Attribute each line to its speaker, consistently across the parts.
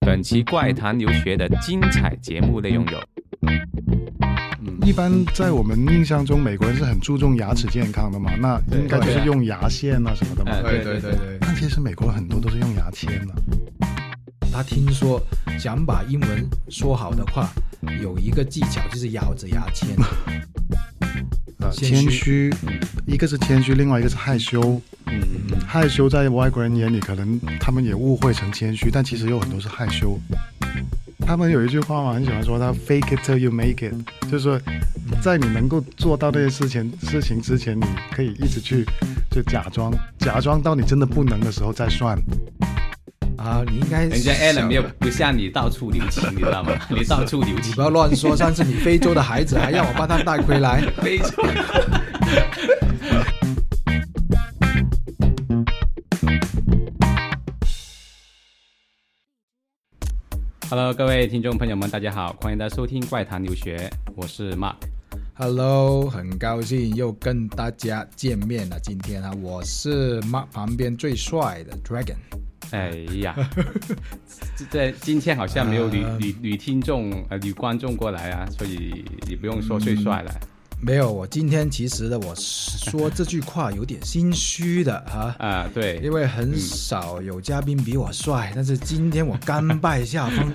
Speaker 1: 本期怪谈留学的精彩节目内容有：
Speaker 2: 嗯，一般在我们印象中，美国人是很注重牙齿健康的嘛，那应该就是用牙线啊什么的嘛。
Speaker 1: 哎
Speaker 3: 对对对对，
Speaker 2: 但其实美国很多都是用牙签啊的。
Speaker 3: 他听说想把英文说好的话，有一个技巧就是咬着牙 签。
Speaker 2: 啊，
Speaker 3: 谦
Speaker 2: 谦虚，一个是谦虚，另外一个是害羞。
Speaker 3: 嗯，
Speaker 2: 害羞在外国人眼里，可能他们也误会成谦虚，但其实有很多是害羞。他们有一句话嘛，很喜欢说他 “fake it till you make it”，就是说，在你能够做到这些事情事情之前，你可以一直去就假装，假装到你真的不能的时候再算。
Speaker 3: 啊，你应该
Speaker 1: 人家 Alan
Speaker 3: 想
Speaker 1: 没有不像你到处留情，你知道吗？你到处留
Speaker 3: 你
Speaker 1: 情
Speaker 3: 不，要乱说。上次你非洲的孩子还让我帮他带 回来，
Speaker 1: 非常。Hello，各位听众朋友们，大家好，欢迎大家收听《怪谈留学》，我是 Mark。
Speaker 3: Hello，很高兴又跟大家见面了。今天啊，我是 Mark 旁边最帅的 Dragon。
Speaker 1: 哎呀，这这今天好像没有女
Speaker 3: 啊
Speaker 1: 女女听众呃女观众过来啊，所以也不用说最帅了
Speaker 3: 没有，我今天其实呢，我说这句话有点心虚的啊，
Speaker 1: 啊、 对
Speaker 3: 因，为很少有嘉宾比我帅，但是今天我甘拜下 风。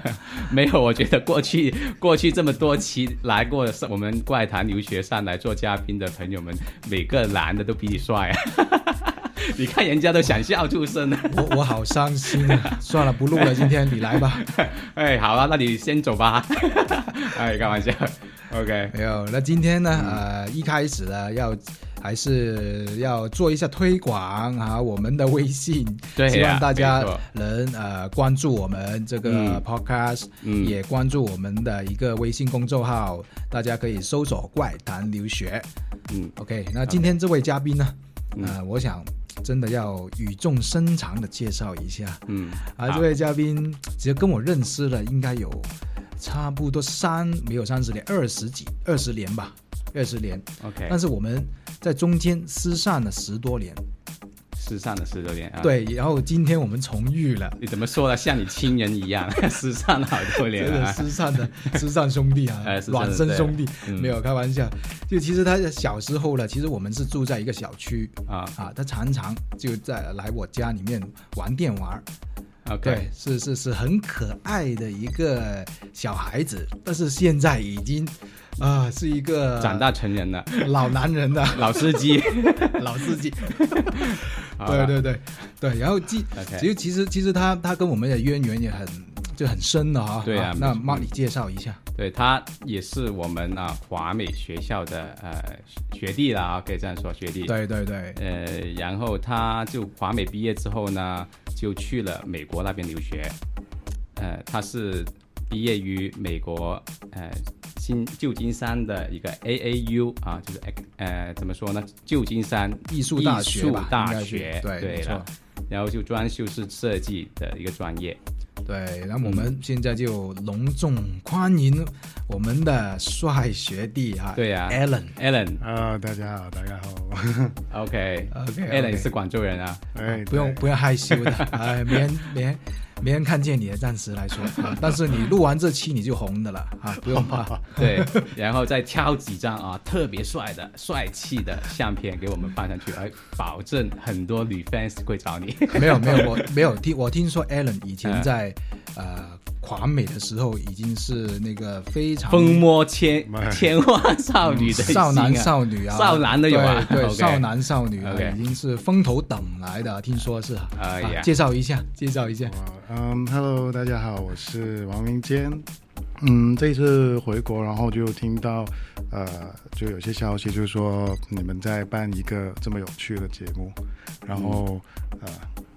Speaker 1: 没有，我觉得过去过去这么多期来过的我们怪谈留学上来做嘉宾的朋友们，每个男的都比你帅、啊， 你看人家都想笑出声啊了。
Speaker 3: 我我好伤 心啊！算了，不录了，今天你来吧。
Speaker 1: 哎，好啊，那你先走吧。 哎，开玩笑，OK，
Speaker 3: 没有，那今天呢？呃，一开始呢，要还是要做一下推广啊，我们的微信，
Speaker 1: 对呀
Speaker 3: 希望大家
Speaker 1: 没错
Speaker 3: 能呃关注我们这个
Speaker 1: 嗯
Speaker 3: podcast，、
Speaker 1: 嗯
Speaker 3: 也关注我们的一个微信公众号，大家可以搜索“怪谈留学
Speaker 1: 嗯”。
Speaker 3: OK，那今天这位嘉宾呢，
Speaker 1: 嗯
Speaker 3: 呃，我想真的要语重深长的介绍一下。
Speaker 1: 嗯，
Speaker 3: 啊，这位嘉宾其实跟我认识了，应该有差不多三没有三十年，二十几二十年吧，二十年。
Speaker 1: OK，
Speaker 3: 但是我们在中间失散了十多年，
Speaker 1: 时尚的十六年啊。。
Speaker 3: 对，然后今天我们重遇了，
Speaker 1: 你怎么说的？像你亲人一样， 时尚好多年
Speaker 3: 真
Speaker 1: 了
Speaker 3: 的
Speaker 1: 啊。
Speaker 3: 失散 的失散兄弟啊
Speaker 1: 哎，失散的
Speaker 3: 孪生
Speaker 1: 对
Speaker 3: 兄弟，
Speaker 1: 嗯
Speaker 3: 没有开玩笑。就其实他小时候呢，其实我们是住在一个小区
Speaker 1: 啊
Speaker 3: 啊，他常常就在来我家里面玩电玩儿。对
Speaker 1: ，OK，，
Speaker 3: 是是是很可爱的一个小孩子，但是现在已经啊、是一个
Speaker 1: 长大成人了，
Speaker 3: 老男人的
Speaker 1: 老司 机。
Speaker 3: 老司机。
Speaker 1: 好哎吧，
Speaker 3: 对对对对，然后其
Speaker 1: OK
Speaker 3: 其实其实其实他他跟我们的渊源也很就很深的哈、
Speaker 1: 对啊
Speaker 3: 那
Speaker 1: 没错
Speaker 3: 妈你介绍一下。
Speaker 1: 对他也是我们啊华美学校的呃学弟啦，可以这样说学弟。。
Speaker 3: 对对对，
Speaker 1: 呃，然后他就华美毕业之后呢，就去了美国那边留学。呃，他是毕业于美国呃新旧金山的一个 AAU 啊，就是呃怎么说呢？旧金山
Speaker 3: 艺术大学吧
Speaker 1: 艺术大
Speaker 3: 应该是
Speaker 1: 学
Speaker 3: 对
Speaker 1: 对
Speaker 3: 没错
Speaker 1: 了，然后就专修是设计的一个专业。
Speaker 3: 对，那我
Speaker 1: 嗯
Speaker 3: 们现在就隆重欢迎我们的帅学弟啊，
Speaker 1: 对啊
Speaker 3: a l l e n
Speaker 1: Alan，OK，Alan、
Speaker 2: 啊，大家好，大家好，
Speaker 3: OK，Alan
Speaker 1: Alan 也是广州人啊。
Speaker 2: 哎，
Speaker 3: 不用
Speaker 2: 对
Speaker 3: 不用 害羞的，哎，没人没人没人看见你的，暂时来 说、啊，但是你录完这期你就红的了啊，不用 怕。
Speaker 1: 对，然后再挑几张啊特别帅的、帅气的相片给我们放上去，哎，保证很多女 fans 会找你。
Speaker 3: 没有没有，我没有听我听说
Speaker 1: 哎
Speaker 3: Alan 以前在、呃华美的时候已经是那个非常
Speaker 1: 风魔千
Speaker 2: 妈呀
Speaker 1: 千万少女的、
Speaker 3: 少男少女啊，
Speaker 1: 少男的有啊
Speaker 3: 对对
Speaker 1: OK
Speaker 3: 少男少女啊
Speaker 1: OK
Speaker 3: 已经是风头等来的，啊听说是。
Speaker 1: 哎呀
Speaker 3: 介绍一下，介绍一下。
Speaker 2: 哇嗯，Hello，大家好，我是王明坚。嗯，这一次回国，然后就听到，呃，就有些消息，就是说你们在办一个这么有趣的节目，然后、
Speaker 3: 嗯
Speaker 2: 呃，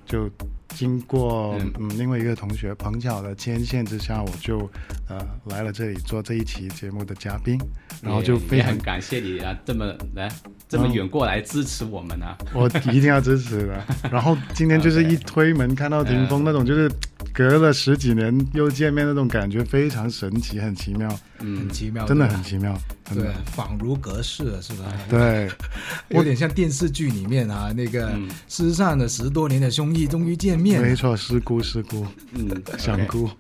Speaker 2: 就经过
Speaker 1: 嗯
Speaker 2: 嗯另外一个同学彭巧的牵线之下，我就呃来了这里做这一期节目的嘉宾，然后就
Speaker 1: 也
Speaker 2: 非
Speaker 1: 也
Speaker 2: 常
Speaker 1: 很感谢你啊，这么来这么远过来支持我们啊。
Speaker 2: 我一定要支持 的。然后今天就是一推门看到霆锋那种，就是隔了十几年又见面那种感觉，非常神奇，很奇妙，
Speaker 1: 嗯
Speaker 3: 很奇妙，
Speaker 2: 真的
Speaker 3: 对吧
Speaker 2: 很奇妙，真
Speaker 3: 对
Speaker 2: 的。，
Speaker 3: 仿如隔世了，是吧？
Speaker 2: 对，
Speaker 3: 有点像电视剧里面啊，那个
Speaker 1: 嗯
Speaker 3: 失散了十多年的兄弟终于见面
Speaker 2: 没错，师姑师姑，
Speaker 1: 嗯，
Speaker 2: 想姑，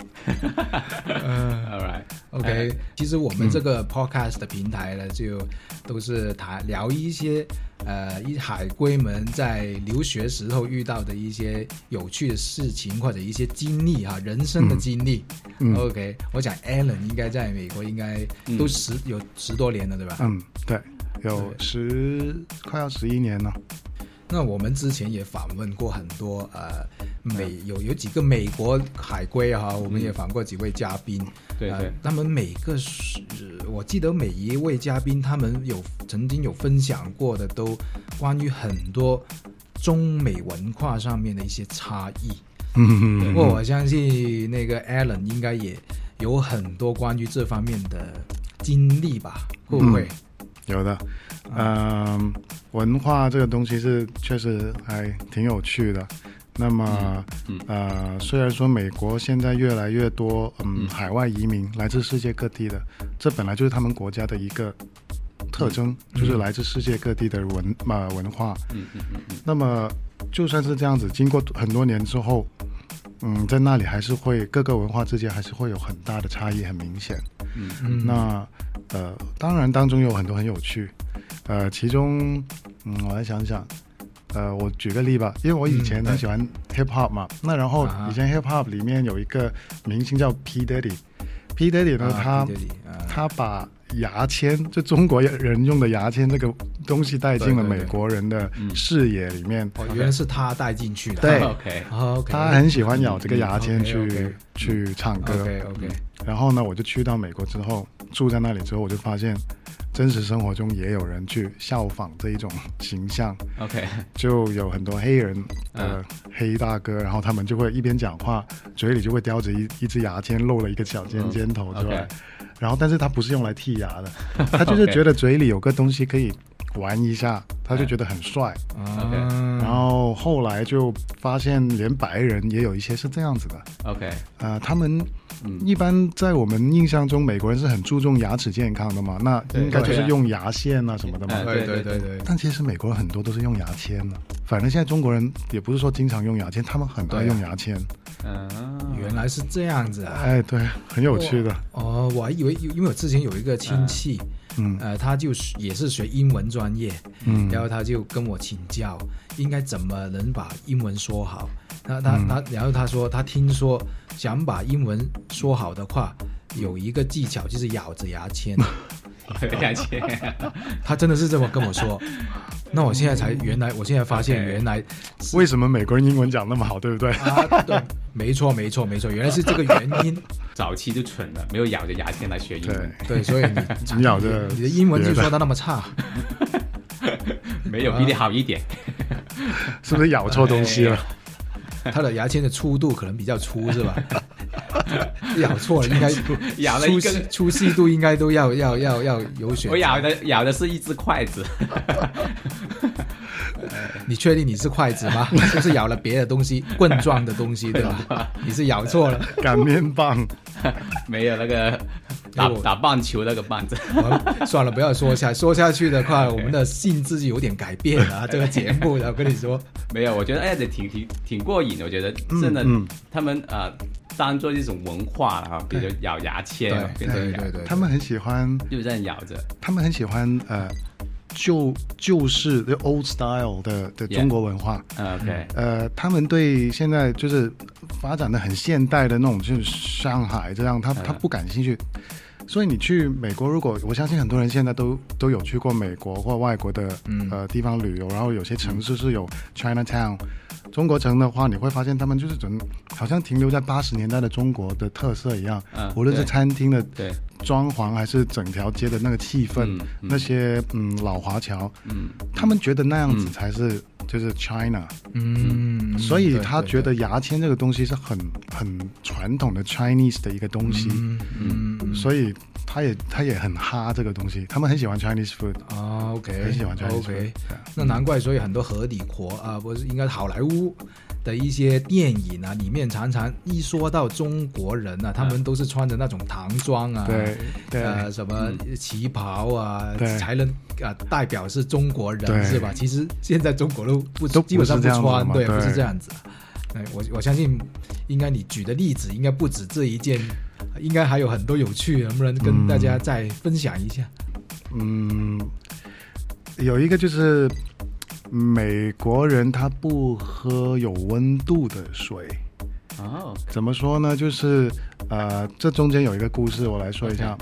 Speaker 3: 嗯
Speaker 1: All right，
Speaker 3: OK，其实我们这个 Podcast 的平台呢，就都是谈聊一些呃，一海归们在留学时候遇到的一些有趣的事情或者一些经历哈，人生的经历。
Speaker 2: 嗯
Speaker 3: OK，我想 Alan 应该在美国应该都十、有十多年了，对吧？
Speaker 2: 嗯，对，有十快要十一年了，
Speaker 3: 那我们之前也访问过很多呃美
Speaker 1: 嗯
Speaker 3: 有有几个美国海归哈、我们也访过几位嘉宾，
Speaker 1: 对
Speaker 3: 呃
Speaker 1: 对，
Speaker 3: 他们每个是，我记得每一位嘉宾他们有曾经有分享过的都关于很多中美文化上面的一些差异。
Speaker 2: 嗯
Speaker 3: 不
Speaker 2: 嗯
Speaker 3: 过我相信那个 Alan 应该也有很多关于这方面的经历吧？会不会？
Speaker 2: 有的，嗯、
Speaker 1: 啊
Speaker 2: 文化这个东西是确实还挺有趣的。那么，
Speaker 1: 嗯
Speaker 2: 呃，虽然说美国现在越来越多，嗯，
Speaker 1: 嗯
Speaker 2: 海外移民来自世界各地的，这本来就是他们国家的一个特征，就是来自世界各地的文呃文化。
Speaker 1: 嗯嗯嗯嗯，
Speaker 2: 那么，就算是这样子，经过很多年之后，嗯，在那里还是会各个文化之间还是会有很大的差异，很明显。
Speaker 3: 嗯，
Speaker 2: 那呃，当然当中有很多很有趣，呃，其中嗯，我来想想，呃，我举个例吧，因为我以前
Speaker 3: 嗯
Speaker 2: 很喜欢 hip hop 嘛，那然后
Speaker 3: 啊
Speaker 2: 以前 hip hop 里面有一个明星叫 P Daddy，P Daddy 呢，
Speaker 3: 啊
Speaker 2: 他
Speaker 3: 对对对啊
Speaker 2: 他把牙签，就中国人用的牙签这个东西带进了
Speaker 3: 对对
Speaker 2: 美
Speaker 3: 对
Speaker 2: 国人的
Speaker 1: 嗯
Speaker 2: 视野里面，
Speaker 3: 哦，原来是他带进去的。
Speaker 2: 对
Speaker 1: OK，
Speaker 3: 啊，OK，
Speaker 2: 他很喜欢咬这个牙签去
Speaker 3: OK，OK
Speaker 2: 去唱歌。
Speaker 3: 嗯 OK，OK，
Speaker 2: 然后呢，我就去到美国之后，住在那里之后，我就发现，真实生活中也有人去效仿这一种形象，
Speaker 1: OK，
Speaker 2: 就有很多黑人
Speaker 1: 嗯
Speaker 2: 呃、黑大哥，然后他们就会一边讲话，嘴里就会叼着一一只牙签，露了一个小尖尖头出来，
Speaker 1: 嗯 OK
Speaker 2: 然后但是他不是用来剔牙的，他就是
Speaker 1: OK
Speaker 2: 觉得嘴里有个东西可以玩一下，他就觉得很帅。
Speaker 1: OK
Speaker 3: 啊
Speaker 2: 然后后来就发现，连白人也有一些是这样子的，
Speaker 1: OK，
Speaker 2: 呃，他们
Speaker 1: 嗯
Speaker 2: 一般在我们印象中，美国人是很注重牙齿健康的嘛，那
Speaker 1: 对
Speaker 2: 应该就是
Speaker 1: 对啊
Speaker 2: 用牙线啊什么的嘛
Speaker 1: 嗯。
Speaker 3: 对对
Speaker 1: 对
Speaker 3: 对
Speaker 1: 对
Speaker 3: 对，
Speaker 2: 但其实美国人很多都是用牙签的，反正现在中国人也不是说经常用牙签，他们很爱用牙签。
Speaker 1: 嗯，
Speaker 3: 原来是这样子啊。
Speaker 2: 哎，对，很有趣的。
Speaker 3: 哦，我还以为，因为我之前有一个亲戚，
Speaker 2: 嗯
Speaker 3: 呃，他就是也是学英文专业，
Speaker 2: 嗯
Speaker 3: 然后他就跟我请教，应该怎么能把英文说好。他他
Speaker 2: 嗯
Speaker 3: 他，然后他说，他听说想把英文说好的话，有一个技巧就是咬着牙 签。
Speaker 1: 牙签，
Speaker 3: 他真的是这么跟我说。那我现在才原来，我现在发现
Speaker 1: OK
Speaker 3: 原来
Speaker 2: 为什么美国人英文讲那么好，对不对？
Speaker 3: 啊，对，没错没错没错，原来是这个原因。
Speaker 1: 早期就蠢了，没有咬着牙签来学英
Speaker 2: 对
Speaker 1: 文，，
Speaker 3: 对，所以你
Speaker 2: 你咬着
Speaker 3: 你的英文就说的那么差，
Speaker 1: 没有比你好一点。
Speaker 2: 是不是咬错东西了？
Speaker 3: 他的牙签的粗度可能比较粗是吧？ 咬错了，应该
Speaker 1: 咬了一
Speaker 3: 粗
Speaker 1: 个
Speaker 3: 细粗细度应该都要要要要有选
Speaker 1: 我咬
Speaker 3: 择。
Speaker 1: 的咬的是一只筷子，
Speaker 3: 你确定你是筷子吗？就是咬了别的东西，棍状的东西对吧？你是咬错了。
Speaker 2: 擀面棒，
Speaker 1: 没有那个打打棒球那个棒子。
Speaker 3: 我们算了，不要说下说下去的话，我们的性质就有点改变了啊。这个节目的，我跟你说，
Speaker 1: 没有，我觉得哎，这挺挺挺过瘾的。我觉得真的，
Speaker 2: 嗯
Speaker 1: 他们呃当做一种文化了哈，比如咬牙签，啊
Speaker 3: 对
Speaker 1: 变成
Speaker 3: 对
Speaker 1: 咬
Speaker 3: 对对，
Speaker 2: 他们很喜欢，
Speaker 1: 就这样咬着。
Speaker 2: 他们很喜欢呃旧旧式的 old style 的的
Speaker 1: Yeah
Speaker 2: 中国文化。
Speaker 1: 嗯 OK，
Speaker 2: 呃，他们对现在就是发展的很现代的那种，就是上海这样，他他
Speaker 1: 嗯
Speaker 2: 不感兴趣。所以你去美国，如果我相信很多人现在都都有去过美国或外国的、
Speaker 3: 嗯
Speaker 2: 呃地方旅游，然后有些城市是有 China Town，中国城的话，你会发现他们就是整好像停留在八十年代的中国的特色一样，
Speaker 1: 嗯
Speaker 2: 无论是
Speaker 1: 对
Speaker 2: 餐厅的
Speaker 1: 对，
Speaker 2: 装潢还是整条街的那个气氛，
Speaker 1: 嗯嗯
Speaker 2: 那些嗯老华侨，
Speaker 1: 嗯，
Speaker 2: 他们觉得那样子才是、就是 China。
Speaker 3: 嗯，
Speaker 2: 所以
Speaker 3: 对
Speaker 2: 他
Speaker 3: 对
Speaker 2: 觉
Speaker 3: 对
Speaker 2: 得牙签这个东西是很很传统的 Chinese 的一个东西，
Speaker 3: 嗯嗯嗯
Speaker 2: 所以他也他也很哈这个东西，他们很喜欢 Chinese food，
Speaker 3: 啊，OK，
Speaker 2: 很喜欢 Chinese food
Speaker 3: OK，。那难怪，所以很多合理国啊，不是应该好莱坞的一些电影啊，里面常常一说到中国人啊，他们都是穿着那种唐装啊，
Speaker 2: 对对嗯
Speaker 3: 呃，什么旗袍啊，
Speaker 2: 对
Speaker 3: 才能啊、代表是中国
Speaker 2: 对
Speaker 3: 人是吧？其实现在中国都不
Speaker 2: 都不
Speaker 3: 基本上
Speaker 2: 是这样子
Speaker 3: 穿，
Speaker 2: 嘛
Speaker 3: 对，
Speaker 2: 对
Speaker 3: 不是这样子。哎，我我相信，应该你举的例子应该不止这一件，应该还有很多有趣，能不能跟大家再分享一下？
Speaker 2: 嗯，有一个就是美国人他不喝有温度的水，
Speaker 1: 哦，
Speaker 2: 怎么说呢？就是呃，这中间有一个故事，我来说一下。
Speaker 1: 啊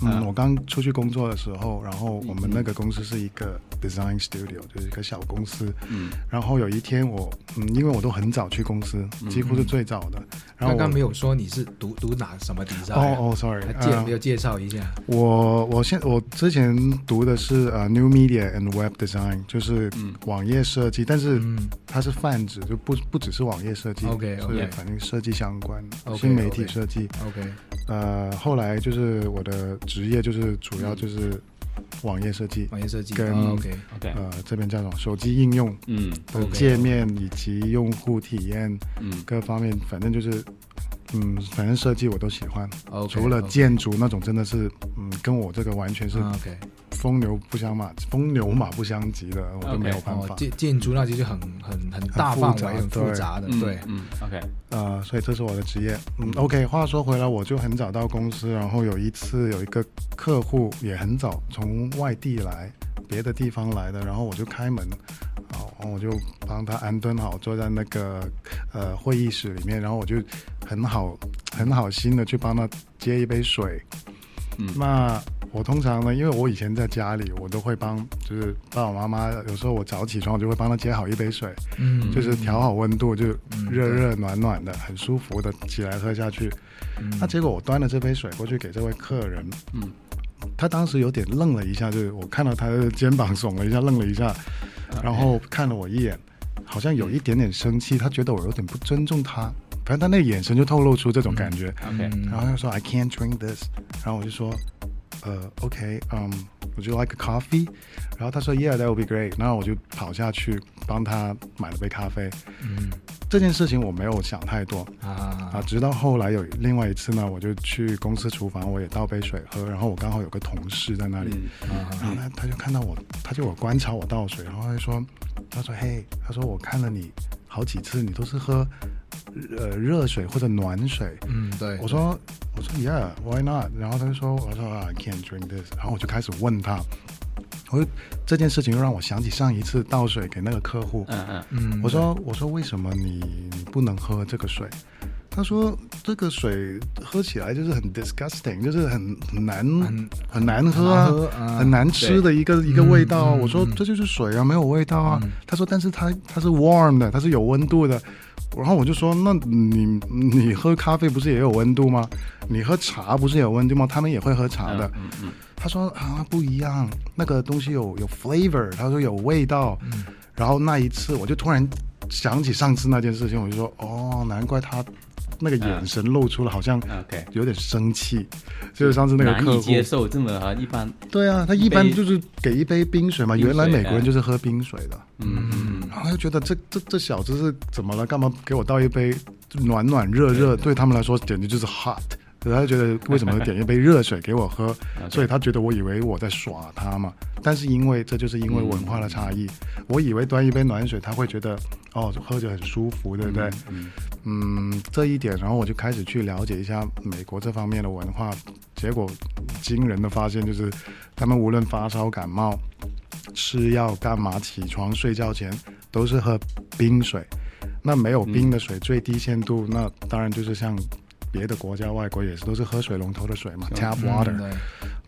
Speaker 2: 嗯，我刚出去工作的时候，然后我
Speaker 3: 嗯
Speaker 2: 们那个公司是一个 design studio，就是一个小公司。
Speaker 1: 嗯，
Speaker 2: 然后有一天我，嗯，因为我都很早去公司，几乎是最早的。然后我
Speaker 3: 嗯刚刚没有说你是读读哪什么 design，啊、
Speaker 2: 哦哦，sorry，
Speaker 3: 还介
Speaker 2: 呃
Speaker 3: 没有介绍一下？
Speaker 2: 我我现我之前读的是呃 New Media and Web Design，就是
Speaker 1: 嗯
Speaker 2: 网页设计，但是
Speaker 3: 嗯
Speaker 2: 它是泛指，就不不只是网页设计
Speaker 3: OK，OK
Speaker 2: 是反正设计相关的
Speaker 3: OK，OK
Speaker 2: 新媒体设计。
Speaker 3: ，OK，
Speaker 2: 呃，后来就是我的职业就是主
Speaker 3: 嗯
Speaker 2: 要就是网页设计，
Speaker 3: 网页设计、
Speaker 2: 跟
Speaker 3: 哦、，OK，
Speaker 1: OK，
Speaker 2: 呃，这边叫什么手机应用
Speaker 1: 嗯
Speaker 2: 的
Speaker 3: OK
Speaker 2: 界面以及用户体验
Speaker 1: 嗯
Speaker 2: 各方面，反正就是。嗯，反正设计我都喜欢
Speaker 3: OK，嗯
Speaker 2: 除了建筑那种真的是，嗯，跟我这个完全是
Speaker 3: 啊 OK，
Speaker 2: 风牛不相马，风牛马不相及的，我都
Speaker 1: OK，
Speaker 2: 没有办
Speaker 3: 哦
Speaker 2: 法。，
Speaker 3: 建建筑那其实很很很大范围、很
Speaker 2: 很
Speaker 3: 复
Speaker 2: 复
Speaker 3: 杂
Speaker 2: 杂
Speaker 3: 的，
Speaker 1: 嗯
Speaker 3: 对，
Speaker 1: 嗯，OK，
Speaker 2: 呃，所以这是我的职业。嗯，OK。话说回来，我就很早到公司，然后有一次有一个客户也很早从外地来，别的地方来的，然后我就开门，哦，然后我就帮他安顿好，坐在那个呃会议室里面，然后我就很好很好心的去帮他接一杯水。
Speaker 1: 嗯
Speaker 2: 那我通常呢，因为我以前在家里，我都会帮，就是爸爸妈妈，有时候我早起床，我就会帮他接好一杯水，
Speaker 3: 嗯
Speaker 2: 就是调好温度，就
Speaker 3: 嗯
Speaker 2: 热热暖暖的，很舒服的起来喝下去。
Speaker 3: 嗯
Speaker 2: 那结果我端了这杯水过去给这位客人，
Speaker 1: 嗯
Speaker 2: 他当时有点愣了一下，就是我看到他的肩膀耸了一下，愣了一下，然
Speaker 3: 哎
Speaker 2: 后看了我一眼，好像有一点点生气，他觉得我有点不尊重他，反正他那个眼神就透露出这种感觉。
Speaker 1: OK，
Speaker 3: 嗯
Speaker 2: 然后他说 I can't drink this，然后我就说，呃，OK，嗯、w o u l d you like a coffee？然后他说 Yeah, that would be great。然后我就跑下去帮他买了杯咖啡。
Speaker 3: 嗯
Speaker 2: 这件事情我没有想太多啊，
Speaker 3: 啊
Speaker 2: 直到后来有另外一次呢，我就去公司厨房，我也倒杯水喝，然后我刚好有个同事在那里，
Speaker 1: 嗯
Speaker 3: 啊，
Speaker 2: 然后呢，他就看到我，他就我观察我倒水，然后他就说，他说嘿，他说我看了你好几次，你都是喝呃热水或者暖水，
Speaker 3: 嗯，对，
Speaker 2: 我说我说 Yeah, why not？然后他就说我说啊 I can't drink this，然后我就开始问他，我就这件事情又让我想起上一次倒水给那个客户，
Speaker 1: 嗯嗯
Speaker 3: 嗯，
Speaker 2: 我说我说为什么你你不能喝这个水？他说这个水喝起来就是很 disgusting，就是很很难
Speaker 3: 很
Speaker 2: 很难喝啊，
Speaker 3: 很难喝啊
Speaker 2: 很难吃的一个一个
Speaker 3: 嗯
Speaker 2: 味道啊。
Speaker 3: 嗯
Speaker 2: 我说
Speaker 3: 嗯
Speaker 2: 这就是水啊，没有味道啊。他说但是它它是 warm 的，它是有温度的。然后我就说，那你你喝咖啡不是也有温度吗？你喝茶不是也有温度吗？他们也会喝茶的。
Speaker 1: 嗯嗯
Speaker 2: 他说啊不一样，那个东西有有 flavor，他说有味道。
Speaker 1: 嗯
Speaker 2: 然后那一次我就突然想起上次那件事情，我就说哦，难怪他那个眼神露出了好像
Speaker 1: 嗯，OK，
Speaker 2: 有点生气，就是上次那个
Speaker 1: 难
Speaker 2: 客
Speaker 1: 以
Speaker 2: 户。
Speaker 1: 接受这么呃一般，
Speaker 2: 对啊，他一般
Speaker 1: 一杯
Speaker 2: 就是给一杯冰水嘛，
Speaker 1: 冰水
Speaker 2: 原来美国
Speaker 1: 哎
Speaker 2: 人就是喝冰水的。
Speaker 1: 嗯嗯
Speaker 2: 然后他就觉得这这这小子是怎么了？干嘛给我倒一杯暖暖热热？对他们来说简直就是 hot。然后他就觉得为什么点一杯热水给我喝？所以他觉得我以为我在耍他嘛。但是因为这就是因为文化的差异，我以为端一杯暖水他会觉得哦喝着很舒服，对不对？
Speaker 1: 嗯
Speaker 2: 嗯，这一点，然后我就开始去了解一下美国这方面的文化，结果惊人的发现就是，他们无论发烧、感冒、吃药、干嘛、起床、睡觉前，都是喝冰水。那没有冰的水，最低限度，那当然就是像别的国家、外国也是都是喝水龙头的水嘛，tap
Speaker 3: 嗯
Speaker 2: water。
Speaker 3: 对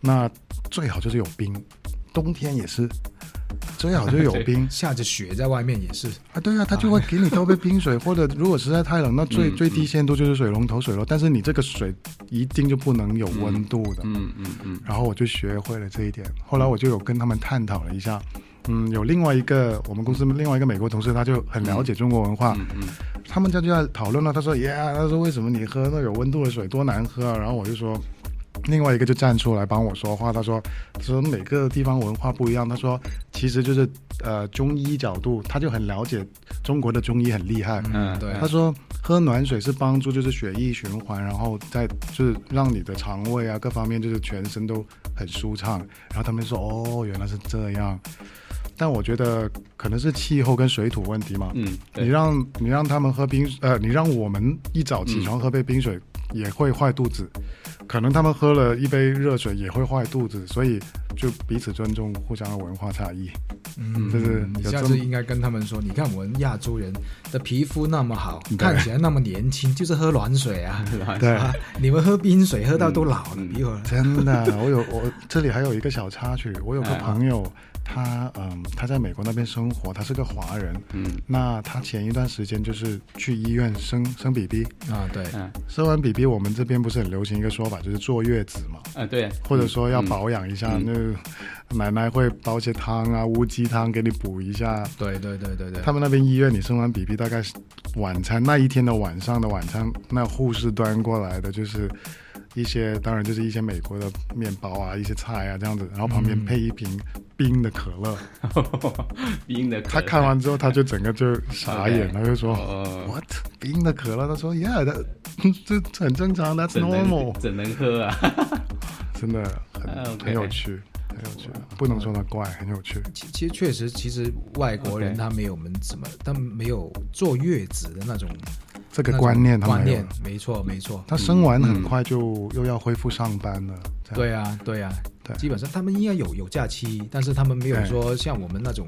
Speaker 2: 那最好就是有冰，冬天也是，最好就有
Speaker 1: 对
Speaker 2: 冰。
Speaker 3: 下着雪在外面也是，
Speaker 2: 啊，对啊，他就会给你倒杯冰水，或者如果实在太冷，那最、
Speaker 1: 嗯
Speaker 2: 最低限度就是水龙头水咯。但是你这个水一定就不能有温度的。
Speaker 1: 嗯嗯嗯
Speaker 2: 然后我就学会了这一点，后来我就有跟他们探讨了一下。嗯，有另外一个我们公司另外一个美国同事，他就很了解中国文化，
Speaker 1: 嗯嗯
Speaker 2: 他们家就在讨论了。他说：“耶、他说为什么你喝那有温度的水多难喝啊？”然后我就说，另外一个就站出来帮我说话，他说：“他说每个地方文化不一样，他说其实就是呃中医角度，他就很了解中国的中医很厉害。
Speaker 1: 嗯，
Speaker 3: 对
Speaker 2: 他说喝暖水是帮助就是血液循环，然后再就是让你的肠胃啊各方面就是全身都很舒畅。然后他们说哦原来是这样，但我觉得可能是气候跟水土问题嘛。
Speaker 1: 嗯，
Speaker 2: 你
Speaker 1: 对，
Speaker 2: 让你让他们喝冰，呃，你让我们一早起床喝杯冰水也会坏肚子，可能他们喝了一杯热水也会坏肚子，所以就彼此尊重互相的文化差异。
Speaker 3: 嗯，
Speaker 2: 就是
Speaker 3: 你
Speaker 2: 有
Speaker 3: 下
Speaker 2: 这
Speaker 3: 次
Speaker 2: 么
Speaker 3: 应该跟他们说，你看我们亚洲人的皮肤那么好，
Speaker 2: 对
Speaker 3: 看起来那么年轻，就是喝暖水啊，
Speaker 2: 对，
Speaker 3: 啊，你们喝冰水喝到都老了，
Speaker 1: 嗯
Speaker 3: 一会儿。
Speaker 2: 真的，我有我这里还有一个小插曲，我有个
Speaker 1: 哎
Speaker 2: 朋友，他嗯，他在美国那边生活，他是个华人。
Speaker 1: 嗯
Speaker 2: 那他前一段时间就是去医院生生 BB，
Speaker 3: 啊，对，
Speaker 1: 嗯
Speaker 2: 生完 BB，我们这边不是很流行一个说法，就是坐月子嘛，
Speaker 1: 啊，对，
Speaker 2: 或者说要
Speaker 1: 嗯
Speaker 2: 保养一下，
Speaker 1: 嗯
Speaker 2: 那奶奶会煲些汤啊，乌鸡汤给你补一下。
Speaker 3: 对对对对对，
Speaker 2: 他们那边医院，你生完 BB 大概是晚餐那一天的晚上的晚餐，那护士端过来的就是一些，当然就是一些美国的面包啊，一些菜啊这样子，然后旁边
Speaker 3: 嗯
Speaker 2: 配一瓶冰的可乐。
Speaker 1: 嗯 冰的可啊
Speaker 2: 他看完之后，他就整个就傻眼，
Speaker 1: OK
Speaker 2: 他就说
Speaker 1: 哦
Speaker 2: “What 冰的可乐？”他说：“Yeah，that- 这这很正常，That's
Speaker 1: 怎能
Speaker 2: normal。
Speaker 1: 怎能喝啊？
Speaker 2: 真的
Speaker 1: 啊
Speaker 2: 很
Speaker 1: ，OK
Speaker 2: 很有趣，很有趣，不能说它怪，很有趣。
Speaker 3: 其其实确实，其实外国人
Speaker 1: OK
Speaker 3: 他没有我们什么，他没有坐月子的那种
Speaker 2: 这
Speaker 3: 那
Speaker 2: 个
Speaker 3: 种
Speaker 2: 观念他
Speaker 3: 观
Speaker 2: 没有嗯
Speaker 3: 念，，没错没错。
Speaker 2: 他生完很快就又要恢复上班了。这样
Speaker 3: 对啊，对啊，
Speaker 2: 对
Speaker 3: 基本上他们应该有有假期，但是他们没有
Speaker 2: 对
Speaker 3: 说像我们那种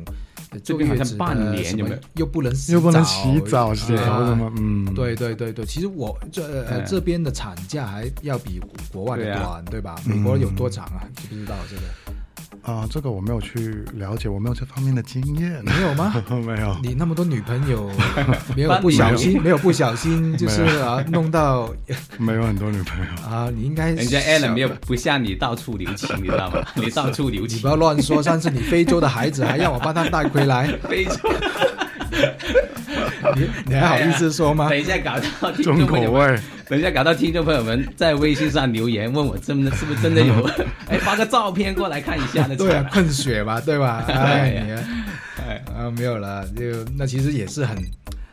Speaker 3: 呃
Speaker 1: 这
Speaker 3: 坐
Speaker 1: 边好
Speaker 3: 月
Speaker 1: 像
Speaker 3: 子
Speaker 1: 半
Speaker 3: 呃
Speaker 1: 年
Speaker 3: 什
Speaker 1: 有
Speaker 3: 么
Speaker 1: 没有
Speaker 3: 又不能
Speaker 2: 又不能洗澡、洗头
Speaker 3: 啊
Speaker 2: 什么，嗯，
Speaker 3: 对对对对，其实我这呃
Speaker 1: 对啊
Speaker 3: 这边的产假还要比国外的
Speaker 1: 对啊
Speaker 3: 短，对吧？美国有多长啊？知不知道这个？
Speaker 2: 啊，这个我没有去了解，我没有这方面的经验，
Speaker 3: 没有 吗？
Speaker 2: 没有。
Speaker 3: 你那么多女朋友，没有
Speaker 1: 班
Speaker 3: 不小
Speaker 1: 里
Speaker 3: 心，没有不小 心，就是
Speaker 2: 没
Speaker 3: 啊弄到
Speaker 2: 没有很多女朋友，
Speaker 3: 啊，你应该
Speaker 1: 人 家
Speaker 3: 想
Speaker 1: Alan 没有不像你到处留情，你知道吗？你到处留
Speaker 3: 你
Speaker 1: 情
Speaker 3: 不，要乱说。上次你非洲的孩子还让我帮他带回来，
Speaker 1: 非洲
Speaker 3: 你你还好意思说吗
Speaker 1: 等？一下搞到听
Speaker 2: 重
Speaker 1: 众
Speaker 2: 口
Speaker 1: 朋友们，
Speaker 2: 味，
Speaker 1: 等一下搞到听众朋友们在微信上留言问我真的是不是真的 有？哎，发个照片过来看一下那种
Speaker 3: 对啊，困血嘛，对 吧？哎，
Speaker 1: 对
Speaker 3: 你
Speaker 1: 哎
Speaker 3: 啊，没有了，就那其实也是很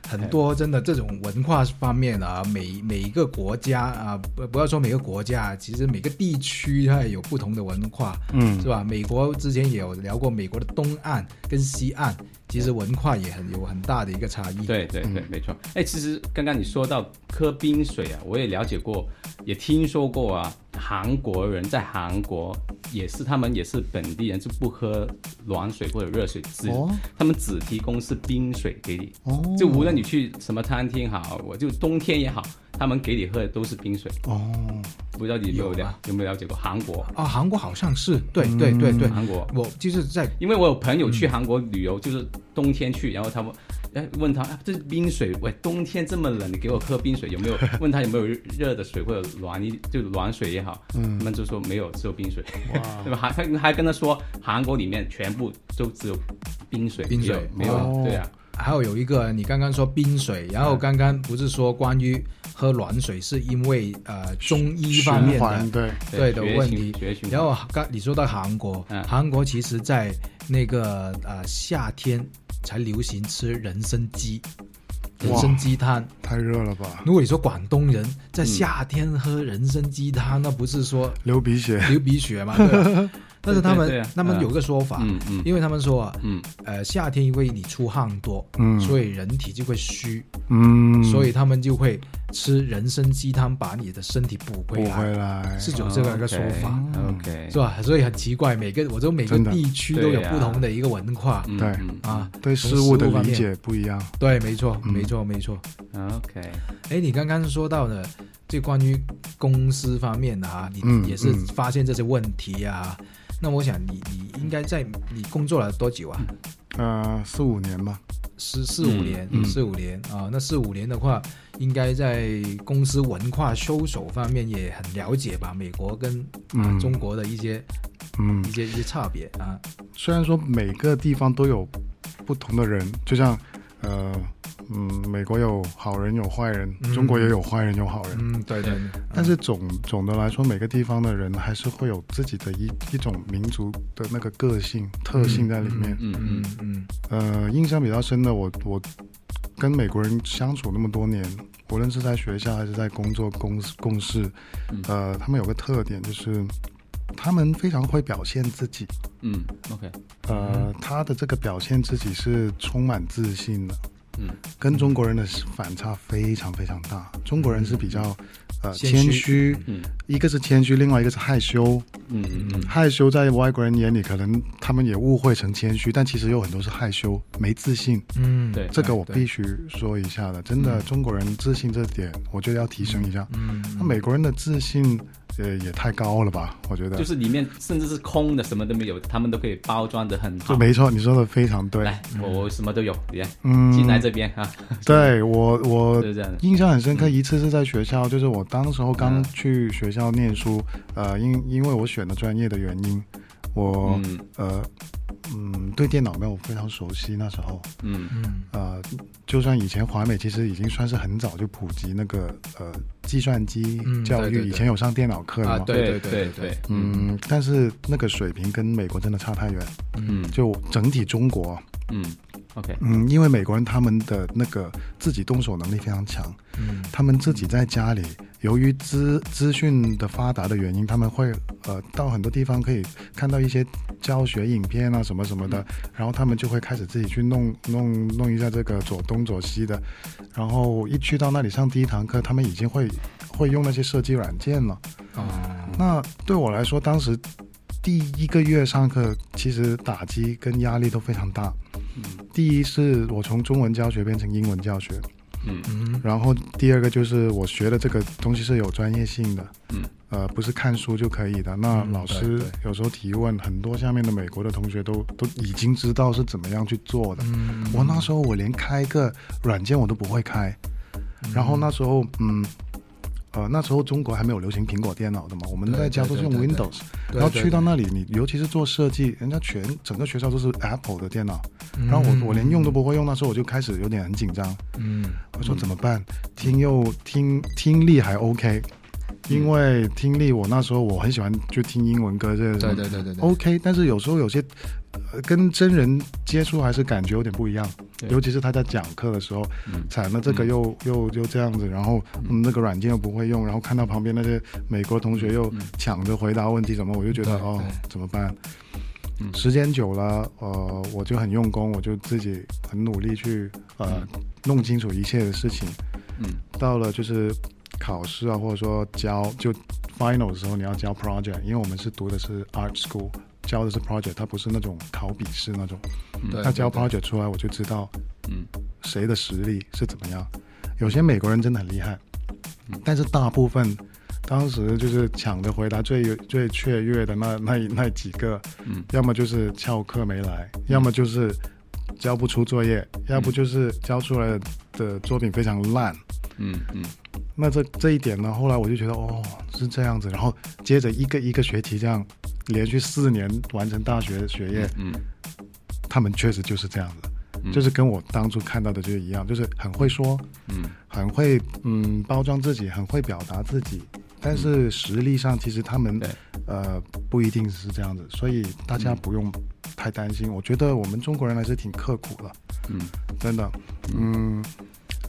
Speaker 3: 很多真的这种文化方面啊，每每一个国家啊，不不要说每个国家，其实每个地区它也有不同的文化，
Speaker 2: 嗯
Speaker 3: 是，吧？美国之前也有聊过，美国的东岸跟西岸其实文化也很有很大的一个差异。
Speaker 1: 对对对，没错。哎，其实刚刚你说到喝冰水啊，我也了解过，也听说过啊。韩国人在韩国也是，他们也是本地人，是不喝暖水或者热水，只、
Speaker 2: 哦
Speaker 1: 他们只提供是冰水给你。
Speaker 2: 哦，
Speaker 1: 就无论你去什么餐厅好，我就冬天也好，他们给你喝的都是冰水。
Speaker 2: 哦，
Speaker 1: 不知道你有没有
Speaker 3: 有
Speaker 1: 了
Speaker 3: 啊
Speaker 1: 有没有了解过韩国？
Speaker 3: 啊，韩国好像是，对对对对，
Speaker 1: 嗯韩国，
Speaker 3: 我就是在
Speaker 1: 因为我有朋友去韩国旅游，就是冬天去，然后他们。哎，问他，啊、这是冰水，喂，冬天这么冷，你给我喝冰水有没有？问他有没有热的水或者暖一，就暖水也好，嗯，他们就说没有，只有冰水，
Speaker 2: 哇，
Speaker 1: 对吧？还还还跟他说，韩国里面全部都只有冰水，
Speaker 3: 冰水
Speaker 1: 没有，没
Speaker 2: 哦
Speaker 1: 有对啊，
Speaker 3: 还有有一个，你刚刚说冰水，然后刚刚不是说关于喝暖水是因为呃中医方面
Speaker 2: 循环
Speaker 3: 的
Speaker 2: 对，
Speaker 3: 对的
Speaker 1: 血液
Speaker 3: 问
Speaker 1: 循
Speaker 3: 题
Speaker 1: 血液循，环
Speaker 3: 然后刚你说到韩国，
Speaker 1: 嗯
Speaker 3: 韩国其实在那个呃夏天才流行吃人参鸡，人参鸡汤。
Speaker 2: 太热了吧，
Speaker 3: 如果你说广东人
Speaker 1: 嗯
Speaker 3: 在夏天喝人参鸡汤，那不是说
Speaker 2: 流鼻血，
Speaker 3: 流鼻 血嘛？对吧但是他
Speaker 1: 对对
Speaker 3: 们
Speaker 1: 啊
Speaker 3: 他们
Speaker 1: 嗯
Speaker 3: 有个说法，
Speaker 1: 嗯嗯
Speaker 3: 因为他们说啊，
Speaker 1: 嗯，
Speaker 3: 呃，夏天因为你出汗多，
Speaker 2: 嗯
Speaker 3: 所以人体就会虚，
Speaker 2: 嗯，
Speaker 3: 所以他们就会吃人参鸡汤把你的身体补
Speaker 2: 补
Speaker 3: 回来，
Speaker 2: 回来，
Speaker 3: 是有这样一个说法。
Speaker 1: ，OK，
Speaker 3: 是吧？所以很奇怪，每个我说每个
Speaker 2: 真的
Speaker 3: 地区都有
Speaker 1: 对啊
Speaker 3: 不同的一个文化
Speaker 1: 嗯
Speaker 2: 对
Speaker 1: 嗯
Speaker 3: 啊
Speaker 2: 对
Speaker 3: 从
Speaker 2: 事物的
Speaker 3: 方
Speaker 2: 理
Speaker 3: 面
Speaker 2: 解不一样，
Speaker 3: 对，没错，
Speaker 2: 嗯
Speaker 3: 没错，没错。
Speaker 1: ，OK，
Speaker 3: 哎，你刚刚说到的，就关于公司方面的啊，你
Speaker 2: 嗯
Speaker 3: 也是
Speaker 2: 嗯
Speaker 3: 发现这些问题啊。那我想你你应该在你工作了多久啊？
Speaker 2: 呃，四五年吧，
Speaker 3: 十四五
Speaker 1: 嗯
Speaker 3: 年，
Speaker 1: 嗯
Speaker 3: 四五年啊，那四五年的话，应该在公司文化收手方面也很了解吧？美国跟、啊
Speaker 2: 嗯
Speaker 3: 中国的一些
Speaker 2: 嗯
Speaker 3: 一，些一些差别啊，
Speaker 2: 虽然说每个地方都有不同的人，就像呃嗯，美国有好人有坏人，
Speaker 3: 嗯
Speaker 2: 中国也有坏人有好人，
Speaker 3: 嗯，对对，
Speaker 2: 但是总总的来说，每个地方的人还是会有自己的一一种民族的那个个性特性在里面。
Speaker 1: 嗯
Speaker 3: 嗯
Speaker 1: 嗯
Speaker 3: 嗯
Speaker 2: 呃，印象比较深的，我我跟美国人相处那么多年，无论是在学校还是在工作公司共事
Speaker 1: 嗯，
Speaker 2: 呃，他们有个特点就是，他们非常会表现自己，
Speaker 1: 嗯，OK，
Speaker 2: 呃，他的这个表现自己是充满自信的，
Speaker 1: 嗯，
Speaker 2: 跟中国人的反差非常非常大。中国人是比较呃
Speaker 3: 谦
Speaker 2: 谦
Speaker 3: 虚
Speaker 2: 虚，
Speaker 1: 嗯
Speaker 2: 一个是谦虚，另外一个是害羞。
Speaker 1: 嗯嗯嗯
Speaker 2: 害羞在外国人眼里，可能他们也误会成谦虚，但其实有很多是害羞、没自信。
Speaker 3: 嗯，
Speaker 1: 对嗯
Speaker 2: 这个我
Speaker 3: 对
Speaker 2: 必须说一下的，真的，中国人自信这点，我觉得要提升一下。
Speaker 3: 嗯，
Speaker 2: 那美国人的自信，呃，也太高了吧？我觉得
Speaker 1: 就，是里面甚至是空的，什么都没有，他们都可以包装的很好
Speaker 2: 就。没嗯错，你说的非常对。
Speaker 1: 来，我我什么都有，你看，
Speaker 2: 嗯，
Speaker 1: 进来这边啊，
Speaker 2: 对我我
Speaker 1: 就是这样的。
Speaker 2: 印象很深刻，一次是在学校，就是我当时候刚
Speaker 1: 嗯
Speaker 2: 去学校念书，呃，因因为我选的专业的原因，我、
Speaker 1: 嗯
Speaker 2: 呃嗯对电脑没有非常熟悉，那时候
Speaker 1: 嗯
Speaker 3: 嗯
Speaker 2: 呃，就算以前华美其实已经算是很早就普及那个呃计算机
Speaker 3: 嗯
Speaker 2: 教育，
Speaker 3: 对对对
Speaker 2: 以前有上电脑课的嘛，
Speaker 3: 啊对
Speaker 1: 对
Speaker 3: 对对
Speaker 1: 对，
Speaker 2: 嗯，但是那个水平跟美国真的差太远，
Speaker 1: 嗯
Speaker 2: 就整体中国，
Speaker 1: 嗯，OK，
Speaker 2: 嗯，因为美国人他们的那个自己动手能力非常强，
Speaker 3: 嗯
Speaker 2: 他们自己在家里，由于资资讯的发达的原因，他们会呃到很多地方可以看到一些教学影片啊什么什么的，然后他们就会开始自己去弄弄弄一下这个左东左西的，然后一去到那里上第一堂课，他们已经会会用那些设计软件了。
Speaker 3: 哦，
Speaker 2: 那对我来说，当时第一个月上课，其实打击跟压力都非常大。第一是我从中文教学变成英文教学，
Speaker 1: 嗯
Speaker 3: 嗯
Speaker 2: 然后第二个就是我学的这个东西是有专业性的，
Speaker 1: 嗯，
Speaker 2: 呃，不是看书就可以的。那
Speaker 3: 嗯
Speaker 2: 老
Speaker 3: 对
Speaker 2: 师
Speaker 3: 对
Speaker 2: 有时候提问，很多下面的美国的同学都都已经知道是怎么样去做的。
Speaker 3: 嗯，
Speaker 2: 我那时候我连开个软件我都不会开，然后那时候嗯。呃，那时候中国还没有流行苹果电脑的嘛，我们
Speaker 3: 对
Speaker 2: 在家都是用
Speaker 3: 对对对
Speaker 2: Windows，
Speaker 3: 对
Speaker 2: 然后
Speaker 3: 对
Speaker 2: 去到
Speaker 3: 对
Speaker 2: 那里，你尤其是做设计，人家全整个学校都是 Apple 的电脑，
Speaker 3: 嗯
Speaker 2: 然后我我连用都不会用，那时候我就开始有点很紧张，
Speaker 3: 嗯
Speaker 2: 我说怎么办？听又听听力还 OK，因为听力我那时候我很喜欢就听英文歌这
Speaker 3: 对
Speaker 2: 种
Speaker 3: 对对对对
Speaker 2: OK，但是有时候有些、呃跟真人接触还是感觉有点不一样，
Speaker 1: 对
Speaker 2: 尤其是他在讲课的时候，
Speaker 1: 嗯
Speaker 2: 惨了这个又、又又这样子，然后、嗯、那个软件又不会用，然后看到旁边那些美国同学又抢着回答问题什么，我就觉得
Speaker 3: 对
Speaker 2: 哦
Speaker 3: 对
Speaker 2: 怎么办？
Speaker 1: 嗯
Speaker 2: 时间久了，呃，我就很用功，我就自己很努力去呃弄清楚一切的事情。
Speaker 1: 嗯
Speaker 2: 到了就是考试啊，或者说交就 final 的时候，你要交 project，因为我们是读的是 art school，交的是 project，它不是那种考笔试那种。
Speaker 3: 对
Speaker 2: 他交
Speaker 3: 对
Speaker 2: project 出来，我就知道
Speaker 1: 嗯
Speaker 2: 谁的实力是怎么样。有些美国人真的很厉害，
Speaker 3: 嗯
Speaker 2: 但是大部分当时就是抢着回答最最雀跃的那那那几个，
Speaker 1: 嗯
Speaker 2: 要么就是翘课没来，
Speaker 3: 嗯
Speaker 2: 要么就是交不出作业，要不就是交出来的作品非常烂。
Speaker 1: 嗯嗯
Speaker 2: 那这这一点呢，后来我就觉得哦是这样子，然后接着一个一个学期这样，连续四年完成大学学业，
Speaker 1: 嗯
Speaker 2: 他们确实就是这样子，
Speaker 1: 嗯
Speaker 2: 就是跟我当初看到的就一样，就是很会说，
Speaker 1: 嗯
Speaker 2: 很会嗯包装自己，很会表达自己，但是实力上其实他们
Speaker 1: 嗯对嗯
Speaker 2: 呃不一定是这样子，所以大家不用太担心，我觉得我们中国人还是挺刻苦的。
Speaker 1: 嗯
Speaker 2: 真的，嗯。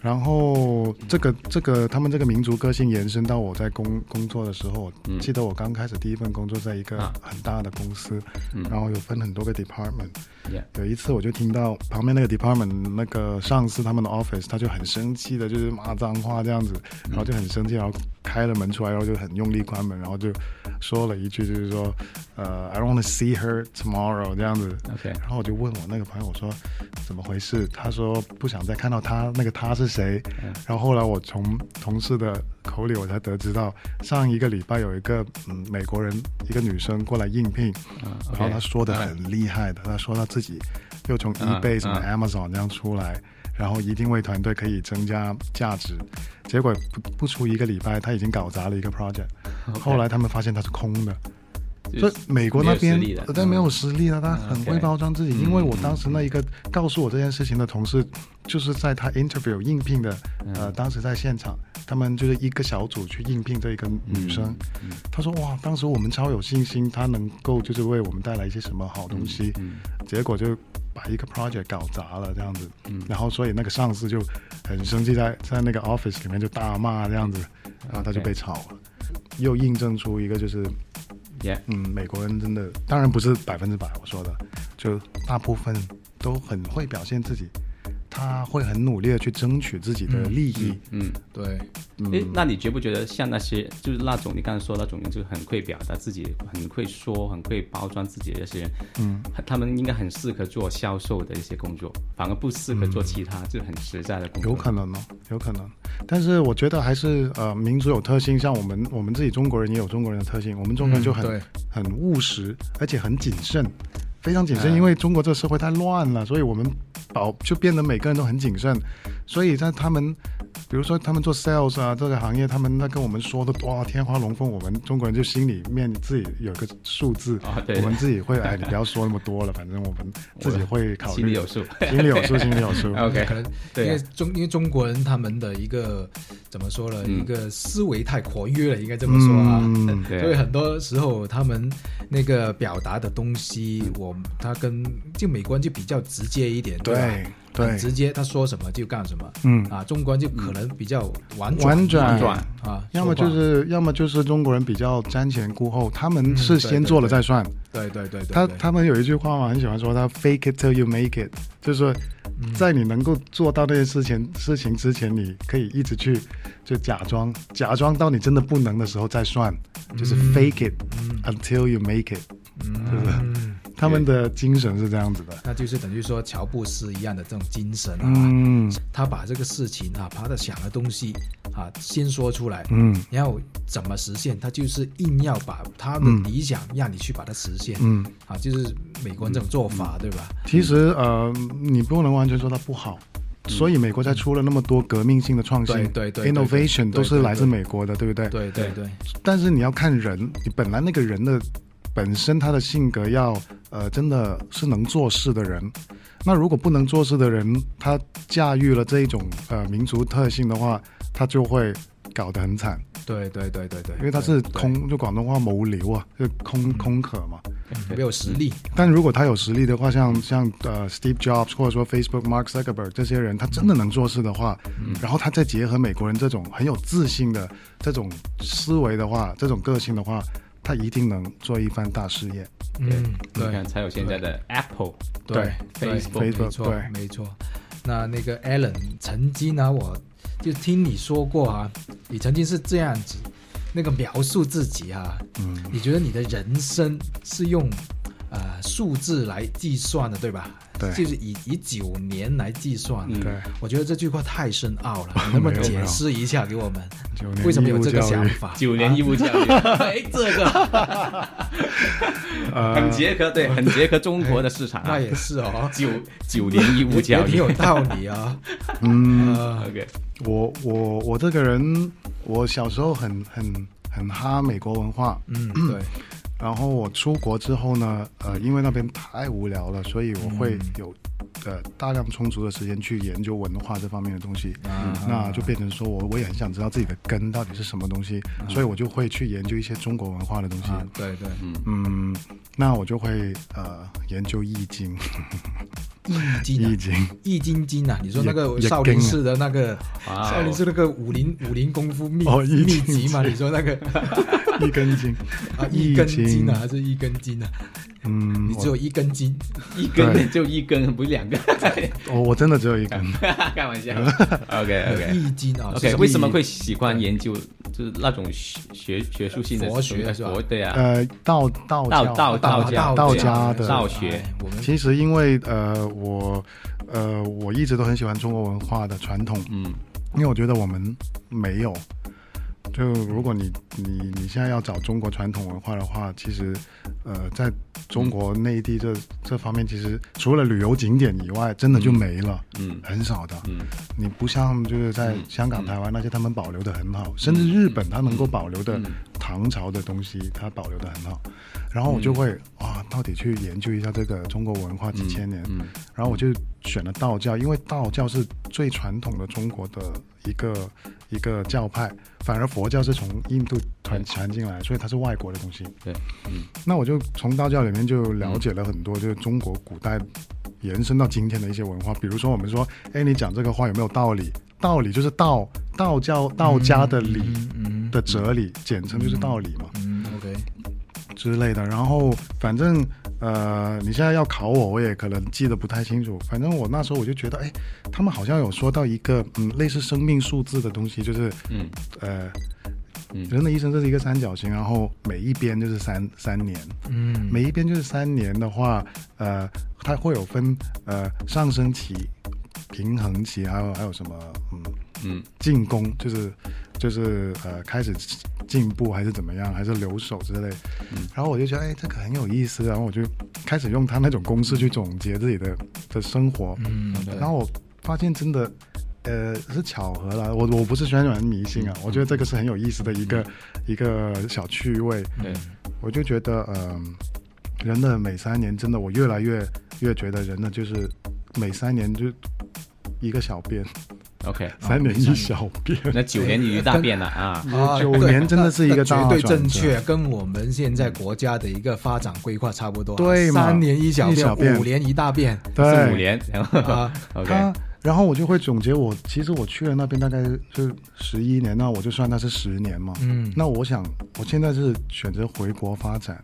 Speaker 2: 然后这个这个他们这个民族个性延伸到我在工工作的时候，
Speaker 1: 嗯
Speaker 2: 记得我刚开始第一份工作在一个
Speaker 1: 啊
Speaker 2: 很大的公司，
Speaker 1: 嗯
Speaker 2: 然后有分很多个 department。
Speaker 1: ，Yeah，
Speaker 2: 有一次我就听到旁边那个 department 那个上司他们的 office，他就很生气的，就是骂脏话这样子，然后就很生气，然后开了门出来，然后就很用力关门，然后就说了一句，就是说，呃，I don't want to see her tomorrow 这样子。
Speaker 1: OK
Speaker 2: 然后我就问我那个朋友，我说怎么回事？他说不想再看到他，那个他是谁？
Speaker 1: 嗯
Speaker 2: 然后后来我从同事的口里我才得知到，上一个礼拜有一个嗯美国人一个女生过来应聘，
Speaker 1: 嗯
Speaker 2: 然后她说的
Speaker 1: 嗯
Speaker 2: 很厉害的，她说她自己又从
Speaker 1: 嗯
Speaker 2: eBay 什么
Speaker 1: 嗯
Speaker 2: Amazon 这样出来，然后一定为团队可以增加价值。结果不不出一个礼拜，她已经搞砸了一个 project。
Speaker 1: OK
Speaker 2: 后来他们发现它是空的，
Speaker 1: 就
Speaker 2: 所以
Speaker 1: 是
Speaker 2: 美国那边
Speaker 1: 没有实力的
Speaker 2: 呃对
Speaker 1: 嗯
Speaker 2: 没有实力的，他
Speaker 1: 嗯
Speaker 2: 很
Speaker 1: OK
Speaker 2: 会包装自己。
Speaker 1: 嗯
Speaker 2: 因为我当时那一个告诉我这件事情的同事，就是在他 interview 应聘的，呃，
Speaker 1: 嗯
Speaker 2: 当时在现场，他们就是一个小组去应聘这一个女生
Speaker 1: 嗯嗯。
Speaker 2: 他说哇，当时我们超有信心，她能够就是为我们带来一些什么好东西。
Speaker 1: 嗯
Speaker 2: 结果就把一个 project 搞砸了这样子，
Speaker 1: 嗯
Speaker 2: 然后所以那个上司就很生气在，在那个 office 里面就大骂这样子，然后他就
Speaker 1: OK
Speaker 2: 被炒了，又印证出一个就是
Speaker 1: Yeah
Speaker 2: 嗯，美国人真的，当然不是百分之百，我说的，就大部分都很会表现自己，他会很努力的去争取自己的利益。
Speaker 1: 嗯，
Speaker 3: 对，
Speaker 1: 诶，那你觉不觉得像那些就是那种你刚才说那种人，就很会表达自己，很会说，很会包装自己的那些人，嗯，他们应该很适合做销售的一些工作，反而不适合做其他、就很实在的工作。
Speaker 2: 有可能哦，有可能。但是我觉得还是呃，民族有特性，像我们我们自己中国人也有中国人的特性，我们中国人就
Speaker 1: 嗯
Speaker 2: 很、
Speaker 3: 对，
Speaker 2: 很务实，而且很谨慎，非常谨慎，
Speaker 1: 嗯
Speaker 2: 因为中国这个社会太乱了，所以我们保就变得每个人都很谨慎。所以在他们，比如说他们做 sales 啊这个行业，他们在跟我们说的哇天花龙凤，我们中国人就心里面自己有一个数字，
Speaker 1: 啊，对
Speaker 2: 我，们自己会哎，你不要说那么多了，反正我们自己会考
Speaker 1: 心里
Speaker 2: 虑，
Speaker 1: 有 数。
Speaker 2: 心里有数，心里有数。
Speaker 1: OK，
Speaker 3: 可能因
Speaker 1: 对啊
Speaker 3: 为中因为中国人他们的一个怎么说呢，
Speaker 1: 嗯
Speaker 3: 一个思维太活跃了，应该这么说啊。
Speaker 2: 嗯
Speaker 1: 对啊，
Speaker 3: 所以很多时候他们那个表达的东西，我他跟就美国人就比较直接一点，对吧
Speaker 2: 对对
Speaker 3: 很，直接，他说什么就干什么
Speaker 2: 嗯，
Speaker 3: 啊。中国人就可能比较婉转
Speaker 2: 婉转
Speaker 1: 婉转
Speaker 3: 啊，
Speaker 2: 要么就
Speaker 3: 说话
Speaker 2: 是要么就是中国人比较瞻前顾后，他们
Speaker 3: 嗯
Speaker 2: 是
Speaker 3: 对
Speaker 2: 先
Speaker 3: 对
Speaker 2: 做了
Speaker 3: 对
Speaker 2: 再算，
Speaker 3: 对对对对，
Speaker 2: 他
Speaker 3: 对
Speaker 2: 他们有一句话嘛，很喜欢说他 fake it till you make it，就是说，在你能够做到那些事情事情之前，你可以一直去就假装，假装到你真的不能的时候再算，就是 fake it、until you make it。
Speaker 3: 嗯，
Speaker 2: 他们的精神是这样子的。
Speaker 3: 那就是等于说乔布斯一样的这种精神啊，
Speaker 2: 嗯
Speaker 3: 他把这个事情啊，把他想的东西啊，先说出来，
Speaker 2: 嗯
Speaker 3: 然后怎么实现，他就是硬要把他的
Speaker 2: 嗯
Speaker 3: 理想让你去把它实现，
Speaker 2: 嗯，
Speaker 3: 啊，就是美国人这种做法，对吧？
Speaker 2: 其实呃，你不能完全说它不好。所以美国才出了那么多革命性的创新，
Speaker 3: 嗯对对
Speaker 2: 嗯
Speaker 3: 对对对
Speaker 2: innovation
Speaker 3: 对
Speaker 2: 都是
Speaker 3: 对
Speaker 2: 来自
Speaker 3: 对
Speaker 2: 美国的，对不对？
Speaker 3: 对对对，
Speaker 2: 但是你要看人，你本来那个人的本身他的性格要呃真的是能做事的人。那如果不能做事的人，他驾驭了这一种呃民族特性的话，他就会搞得很惨，
Speaker 3: 对对对对对，
Speaker 2: 因为他是
Speaker 3: 对，嗯
Speaker 2: 空，就广东话谋流啊，就空空壳嘛。
Speaker 3: 对没有实力，
Speaker 2: 但如果他有实力的话，像像呃 Steve Jobs 或者说 Facebook Mark Zuckerberg 这些人，他真的能做事的话，
Speaker 3: 嗯
Speaker 2: 然后他再结合美国人这种很有自信的这种思维的话，这种个性的话，他一定能做一番大事业。
Speaker 3: 嗯，
Speaker 1: 你
Speaker 3: 对
Speaker 1: 看才有现在的 Apple，
Speaker 3: 对对
Speaker 1: Facebook，
Speaker 3: 没错
Speaker 2: 对
Speaker 3: 没错。那那个 Alan 曾经呢、我就听你说过啊，你曾经是这样子那个描述自己啊，
Speaker 2: 嗯，
Speaker 3: 你觉得你的人生是用呃数字来计算的，对吧？
Speaker 2: 对
Speaker 3: 就是以以九年来计算的。
Speaker 1: 嗯
Speaker 2: 对，
Speaker 3: 我觉得这句话太深奥了，你能不能
Speaker 2: 没有没有
Speaker 3: 解释一下给我们？
Speaker 2: 九年
Speaker 3: 为什么有
Speaker 2: 义务
Speaker 3: 这个
Speaker 2: 教育
Speaker 3: 想法？
Speaker 1: 九年义务教育，哎，这个
Speaker 2: 呃
Speaker 1: 很结合，对，很结合中国的市场啊
Speaker 3: 那。也是哦，
Speaker 1: 九九年义务
Speaker 3: 也也
Speaker 1: 教
Speaker 3: 挺
Speaker 1: 育
Speaker 3: 有道理啊。
Speaker 2: 嗯，
Speaker 3: 呃，
Speaker 1: ，OK，
Speaker 2: 我我我这个人，我小时候很很很哈美国文化，
Speaker 3: 嗯，对，
Speaker 2: 然后我出国之后呢，呃，因为那边太无聊了，所以我会
Speaker 3: 嗯
Speaker 2: 有呃大量充足的时间去研究文化这方面的东西。
Speaker 1: 嗯
Speaker 3: 啊
Speaker 2: 那就变成说我我也很想知道自己的根到底是什么东西，所以我就会去研究一些中国文化的东西。
Speaker 3: 啊，对对，
Speaker 2: 嗯，那我就会呃研究易经，
Speaker 3: 易经啊
Speaker 2: 易，经，
Speaker 3: 易筋经啊，你说那个
Speaker 2: 也也
Speaker 3: 少林寺的那个，
Speaker 1: 哇哦
Speaker 3: 少林寺那个武林武林功夫秘
Speaker 2: 哦易
Speaker 3: 秘
Speaker 2: 筋
Speaker 3: 籍嘛，你 说那个
Speaker 2: 一根筋，
Speaker 3: 啊一根
Speaker 2: 易
Speaker 3: 筋啊，还是一根筋啊？
Speaker 2: 嗯，
Speaker 3: 你只有一根筋，
Speaker 1: 一根
Speaker 2: 对
Speaker 1: 就一根，不是两根，
Speaker 2: 我我我真的只有一根。
Speaker 1: 开玩笑。OK 嗯 OK。
Speaker 3: 易筋
Speaker 2: 哦
Speaker 3: 啊
Speaker 1: OK，
Speaker 3: 是
Speaker 1: 为什么会喜欢研究就是那种学学术性的
Speaker 3: 佛学
Speaker 1: 东西
Speaker 3: 是吧
Speaker 1: 佛对啊，
Speaker 2: 呃，道道
Speaker 1: 道
Speaker 2: 教
Speaker 1: 道
Speaker 3: 道
Speaker 1: 家
Speaker 2: 道
Speaker 3: 道
Speaker 2: 家的
Speaker 1: 道学
Speaker 3: 哎我们
Speaker 2: 其实因为呃我呃我一直都很喜欢中国文化的传统，
Speaker 1: 嗯
Speaker 2: 因为我觉得我们没有。就如果你你你现在要找中国传统文化的话，其实，呃，在
Speaker 1: 嗯
Speaker 2: 中国内地这、这方面，其实除了旅游景点以外，真的就没了，
Speaker 1: 嗯
Speaker 2: 很少的。
Speaker 1: 嗯
Speaker 2: 你不像就是在
Speaker 1: 嗯
Speaker 2: 香
Speaker 1: 嗯
Speaker 2: 港、台湾那些，他们保留的很好，甚至日本它能够保留的
Speaker 1: 嗯
Speaker 2: 唐朝的东西，它保留的很好。然后我
Speaker 1: 嗯
Speaker 2: 就会哇，到底去研究一下这个中国文化几千年。
Speaker 1: 嗯
Speaker 2: 然后我就选了道教，因为道教是最传统的中国的一个一个教派，反而佛教是从印度传传进来，所以它是外国的东西。
Speaker 1: 对，嗯
Speaker 2: 那我就从道教里面就了解了很多，就是中国古代延伸到今天的一些文化，比如说我们说，哎，你讲这个话有没有道理？道理就是道道教道家的理
Speaker 3: 嗯嗯嗯
Speaker 2: 的哲理，简称就是道理嘛。
Speaker 3: 嗯，OK，
Speaker 2: 之类的。然后反正呃，你现在要考我，我也可能记得不太清楚。反正我那时候我就觉得，哎，他们好像有说到一个嗯类似生命数字的东西，就是
Speaker 1: 嗯
Speaker 2: 呃
Speaker 1: 嗯，
Speaker 2: 人的一生这是一个三角形，然后每一边就是三三年，
Speaker 3: 嗯，
Speaker 2: 每一边就是三年的话，呃，它会有分呃上升期、平衡期，还有还有什么嗯
Speaker 1: 嗯
Speaker 2: 进攻，就是就是呃开始进步还是怎么样，还是留守之类。然后我就觉得哎这个很有意思，然后我就开始用他那种公式去总结自己的的生活，
Speaker 3: 嗯，对
Speaker 2: 然后我发现真的，呃，是巧合啦。我我不是宣传迷信啊，我觉得这个是很有意思的一个、一个小趣味。
Speaker 1: 对，
Speaker 2: 我就觉得，嗯、人的每三年真的，我越来越越觉得人呢，就是每三年就一个小便，
Speaker 1: ，OK，
Speaker 2: 三年一小便。
Speaker 1: 那九年一大变了啊，
Speaker 3: 啊，
Speaker 2: 九
Speaker 3: 对
Speaker 2: 年真的是一个
Speaker 3: 那
Speaker 2: 大
Speaker 3: 绝
Speaker 2: 转
Speaker 3: 对
Speaker 2: 折
Speaker 3: 正确，跟我们现在国家的一个发展规划差不多啊。
Speaker 2: 对嘛
Speaker 3: 三年一小
Speaker 2: 一小变
Speaker 3: 五年一大 变
Speaker 1: 是五
Speaker 2: 对，
Speaker 1: 年，然后
Speaker 3: 啊。
Speaker 1: OK，
Speaker 2: 他。然后我就会总结我，其实我去了那边大概是十一年，那我就算它是十年嘛。
Speaker 3: 嗯，
Speaker 2: 那我想，我现在是选择回国发展，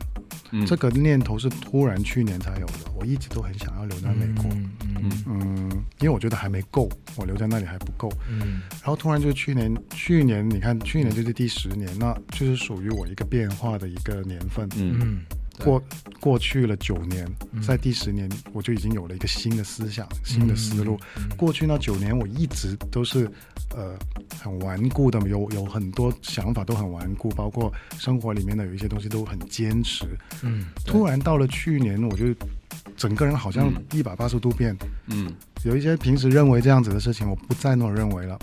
Speaker 1: 嗯
Speaker 2: 这个念头是突然去年才有的，我一直都很想要留在美国，
Speaker 3: 嗯嗯
Speaker 2: 嗯，因为我觉得还没够，我留在那里还不够。
Speaker 3: 嗯
Speaker 2: 然后突然就去年，去年你看，去年就是第十年，那就是属于我一个变化的一个年份。
Speaker 1: 嗯
Speaker 3: 嗯，对
Speaker 2: 过过去了九年，在第十年我就已经有了一个新的思想、新的思路。
Speaker 3: 嗯
Speaker 2: 过去那九年我一直都是呃很顽固的，有有很多想法都很顽固，包括生活里面的有一些东西都很坚持。
Speaker 3: 嗯，
Speaker 2: 突然到了去年，我就整个人好像
Speaker 1: 嗯
Speaker 2: 一百八十度变，
Speaker 1: 嗯
Speaker 2: 有一些平时认为这样子的事情，我不再那么认为了。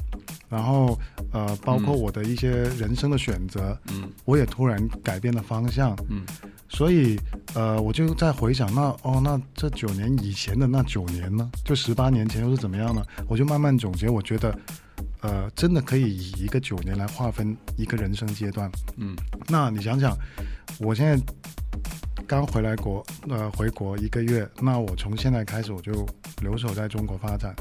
Speaker 2: 然后呃，包括
Speaker 1: 嗯
Speaker 2: 我的一些人生的选择，
Speaker 1: 嗯
Speaker 2: 我也突然改变了方向。
Speaker 1: 嗯
Speaker 2: 所以，呃，我就在回想那哦，那这九年以前的那九年呢，就十八年前又是怎么样呢？我就慢慢总结，我觉得，呃，真的可以以一个九年来划分一个人生阶段。
Speaker 1: 嗯
Speaker 2: 那你想想，我现在刚回来国，呃，回国一个月，那我从现在开始我就留守在中国发展。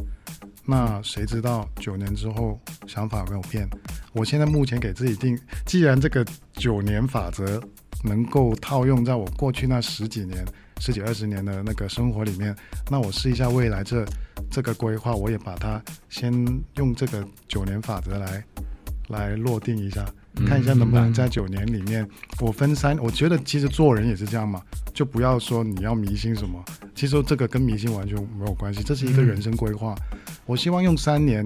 Speaker 2: 那谁知道九年之后想法有没有变？我现在目前给自己定，既然这个九年法则能够套用在我过去那十几年、十几二十年的那个生活里面，那我试一下未来这这个规划，我也把它先用这个九年法则来来落定一下，看一下能不能在九年里面，我分三，我觉得其实做人也是这样嘛，就不要说你要迷信什么，其实这个跟迷信完全没有关系，这是一个
Speaker 3: 嗯
Speaker 2: 人生规划。我希望用三年，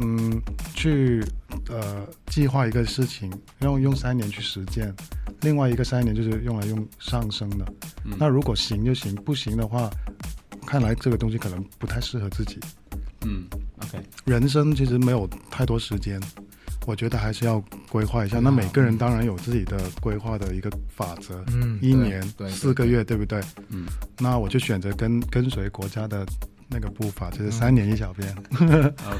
Speaker 2: 嗯，去呃计划一个事情，用用三年去实践，另外一个三年就是用来用上升的。
Speaker 1: 嗯
Speaker 2: 那如果行就行，不行的话，看来这个东西可能不太适合自己。
Speaker 1: 嗯，OK，
Speaker 2: 人生其实没有太多时间，我觉得还是要规划一下。
Speaker 3: 嗯
Speaker 2: 那每个人当然有自己的规划的一个法则，
Speaker 3: 嗯
Speaker 2: 一年
Speaker 3: 对对
Speaker 2: 四个月，对不对？
Speaker 1: 嗯
Speaker 2: 那我就选择跟跟随国家的那个步伐，
Speaker 3: 嗯
Speaker 2: 就是三年一小边。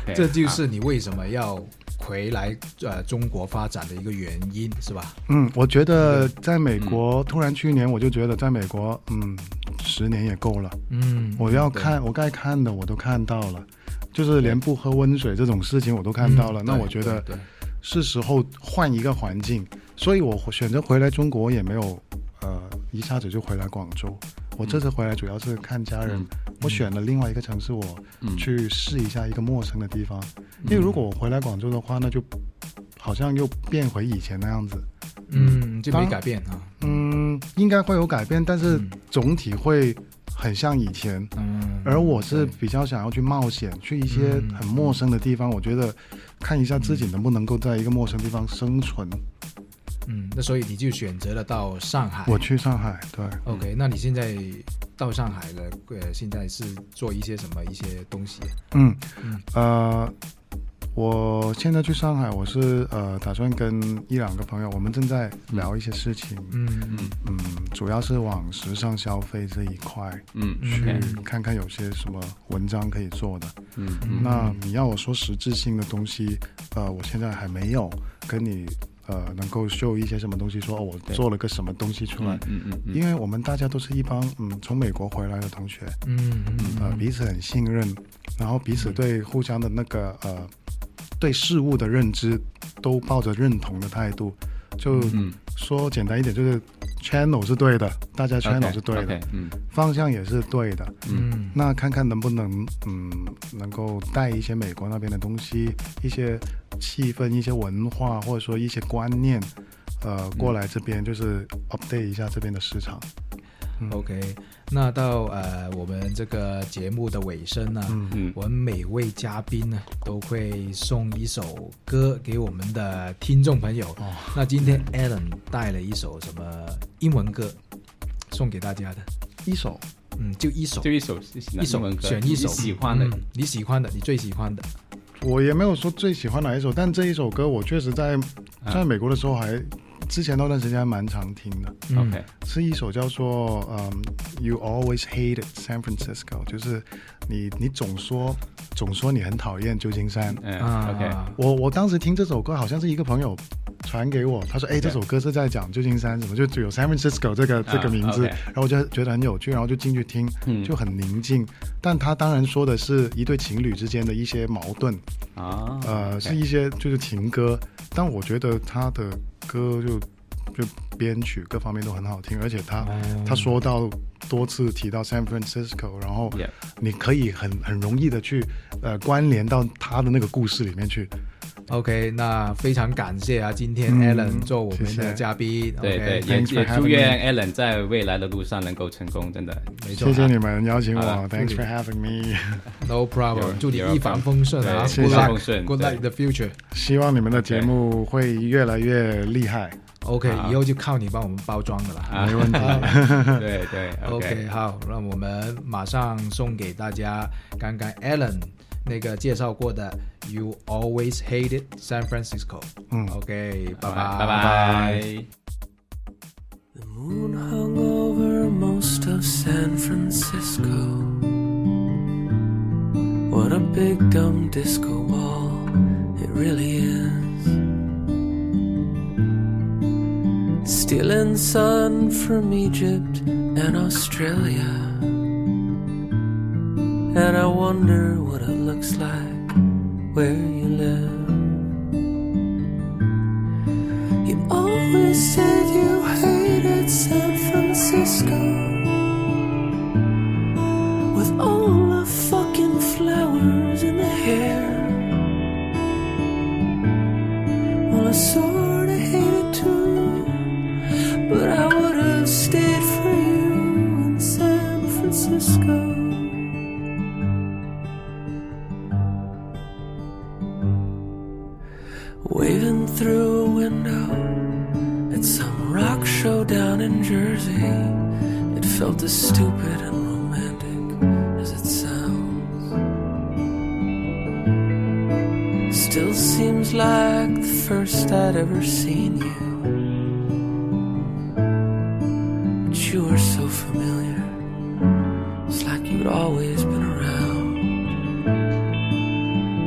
Speaker 1: OK，
Speaker 3: 这就
Speaker 1: 啊
Speaker 3: 是你为什么要回来呃中国发展的一个原因，是吧？
Speaker 2: 嗯，我觉得在美国，突然去年我就觉得在美国，嗯，十年也够了。
Speaker 3: 嗯
Speaker 2: 我要看我该看的我都看到了，就是连不喝温水这种事情我都看到了。那我觉得
Speaker 3: 嗯对，
Speaker 2: 是时候换一个环境，所以我选择回来中国也没有，呃，一下子就回来广州。
Speaker 3: 嗯
Speaker 2: 我这次回来主要是看家人，
Speaker 1: 嗯
Speaker 2: 我选了另外一个城市，我
Speaker 1: 嗯
Speaker 2: 去试一下一个陌生的地方。因为如果我回来广州的话，那就好像又变回以前那样子。
Speaker 3: 嗯，就没
Speaker 2: 当
Speaker 3: 改变啊，
Speaker 2: 嗯，应该会有改变，但是
Speaker 3: 嗯
Speaker 2: 总体会很像以前。
Speaker 3: 嗯，
Speaker 2: 而我是比较想要去冒险，去一些
Speaker 3: 嗯
Speaker 2: 很陌生的地方。我觉得看一下自己能不能够在一个陌生地方生存。
Speaker 3: 嗯，那所以你就选择了到上海。
Speaker 2: 我去上海，对，
Speaker 3: OK，那你现在到上海了，呃，现在是做一些什么一些东西？
Speaker 2: 嗯
Speaker 3: 嗯，
Speaker 2: 呃，我现在去上海，我是呃打算跟一两个朋友，我们正在聊一些事情，
Speaker 3: 嗯
Speaker 2: 嗯，主要是往时尚消费这一块
Speaker 1: 嗯
Speaker 3: 嗯
Speaker 1: ，OK，
Speaker 2: 去看看有些什么文章可以做的。
Speaker 1: 嗯
Speaker 3: 嗯
Speaker 2: 那你要我说实质性的东西，呃，我现在还没有跟你呃能够秀一些什么东西，说哦，我
Speaker 1: 对
Speaker 2: 做了个什么东西出来
Speaker 1: 嗯。嗯嗯嗯
Speaker 2: 因为我们大家都是一帮嗯从美国回来的同学，
Speaker 3: 嗯
Speaker 2: 呃，彼此很信任，然后彼此对互相的那个呃对事物的认知都抱着认同的态度，就
Speaker 1: 嗯
Speaker 2: 说简单一点，就是 channel 是对的，大家 channel
Speaker 1: OK，
Speaker 2: 是对的
Speaker 1: OK，嗯
Speaker 2: 方向也是对的。
Speaker 3: 嗯
Speaker 2: 那看看能不能，嗯，能够带一些美国那边的东西，一些气氛、一些文化，或者说一些观念，呃，过来这边就是 update 一下这边的市场。嗯
Speaker 3: OK，那到呃我们这个节目的尾声呢，
Speaker 2: 嗯
Speaker 1: 嗯
Speaker 3: 我们每位嘉宾呢都会送一首歌给我们的听众朋友。
Speaker 2: 哦
Speaker 3: 那今天 Alan 带了一首什么英文歌送给大家的？
Speaker 2: 一手
Speaker 3: 嗯，就一首，
Speaker 1: 就一首是
Speaker 3: 一首
Speaker 1: 英文歌，
Speaker 3: 选一首
Speaker 1: 你喜欢的。
Speaker 3: 嗯你喜欢的，你最喜欢的。
Speaker 2: 我也没有说最喜欢哪一首，但这一首歌我确实在
Speaker 1: 嗯
Speaker 2: 在美国的时候还，之前那段时间还蛮常听的，
Speaker 3: 嗯
Speaker 1: OK，
Speaker 2: 是一首叫做嗯，You Always Hated San Francisco，就是你你总说总说你很讨厌旧金山。
Speaker 1: 嗯
Speaker 3: 啊
Speaker 1: ，OK，
Speaker 2: 我我当时听这首歌，好像是一个朋友传给我，他说：“哎，
Speaker 1: 对
Speaker 2: 这首歌是在讲旧金山，什么就就有 San Francisco 这个、
Speaker 1: 啊
Speaker 2: 这个名字。
Speaker 1: OK
Speaker 2: 然后我就觉得很有趣，然后就进去听，
Speaker 1: 嗯
Speaker 2: 就很宁静。但他当然说的是一对情侣之间的一些矛盾，
Speaker 1: 啊，
Speaker 2: 呃，
Speaker 1: OK
Speaker 2: 是一些就是情歌。但我觉得他的歌就就编曲各方面都很好听，而且他、
Speaker 3: 哦
Speaker 2: 他说到多次提到 San Francisco，然后
Speaker 1: Yeah
Speaker 2: 你可以很很容易的去呃关联到他的那个故事里面去。
Speaker 3: OK，那非常感谢啊，今天
Speaker 2: 嗯
Speaker 3: Alan 做我们
Speaker 2: 谢
Speaker 3: 的
Speaker 2: 谢
Speaker 3: 嘉宾。
Speaker 1: 对对，
Speaker 3: OK，
Speaker 1: 也
Speaker 2: thanks for
Speaker 1: 也
Speaker 2: having
Speaker 1: 祝愿 Alan 在未来的路上能够成功，真 的。
Speaker 3: 没错
Speaker 2: 谢谢你们邀请我
Speaker 1: 啊好的
Speaker 2: ，Thanks for having me。
Speaker 3: ，No problem，
Speaker 1: You're-
Speaker 3: 祝你
Speaker 1: you're
Speaker 3: 一帆风顺啊
Speaker 1: 对
Speaker 2: 谢
Speaker 3: ，Good
Speaker 2: 谢
Speaker 3: luck，
Speaker 1: 风
Speaker 3: Good
Speaker 1: 顺
Speaker 3: luck in the future。
Speaker 2: 希望你们的节目会越来越厉害。
Speaker 3: OK，
Speaker 1: 好
Speaker 3: 以后就靠你帮我们包装的了。
Speaker 1: 啊，
Speaker 2: 没问题
Speaker 1: 对对
Speaker 3: OK，
Speaker 1: ，OK，
Speaker 3: 好，那我们马上送给大家刚刚 Alan 那个介绍过的 You Always Hated San Francisco。
Speaker 2: 嗯
Speaker 3: OK，拜
Speaker 1: 好拜
Speaker 3: 拜，
Speaker 1: 拜。
Speaker 4: The moon hung over most of San Francisco. What a big dumb disco ball it really is. Stealing sun from Egypt and Australia. And I wonder what it looks like where you live. You always said you hated San Francisco with all the fucking flowers in the hair. Well, I sorta hate it too, but I would have stayed for you in San Francisco. waving through a window at some rock show down in Jersey. It felt as stupid and romantic as it sounds. Still seems like the first I'd ever seen you. But you were so familiar, it's like you'd always been around.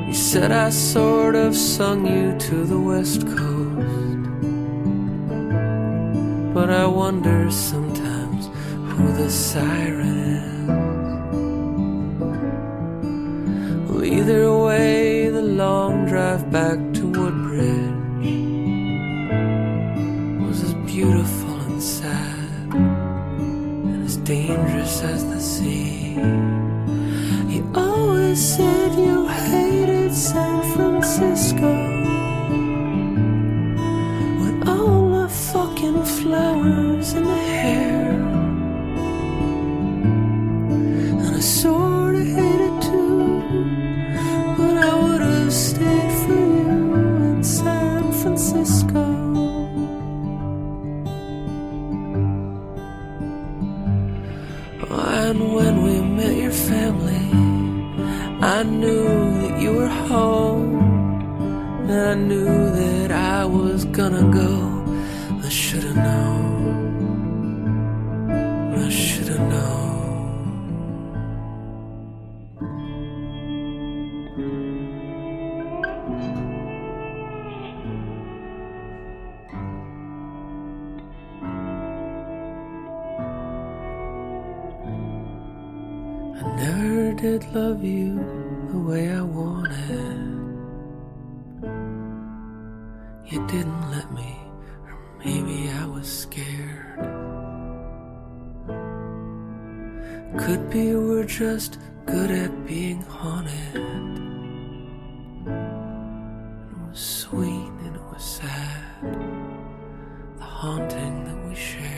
Speaker 4: You said I sort of sung you to the west coast. But I wonder sometimes who the siren is. Well, either way, the long drive back to Woodbridge was as beautiful and sad and as dangerous as the sea. You always said you hated San Francisco. With all the fucking flowers in the hair. And I sorta hate it too. But I would have stayed for you in San Francisco. And when we met your family, I knew that you were home. And I knew that I was gonna go. I should've known. I should've known. I never did love you the way I wanted. You didn't let me, or Maybe I was scared. Could be we're just good at being haunted. It was sweet and it was sad. The haunting that we shared.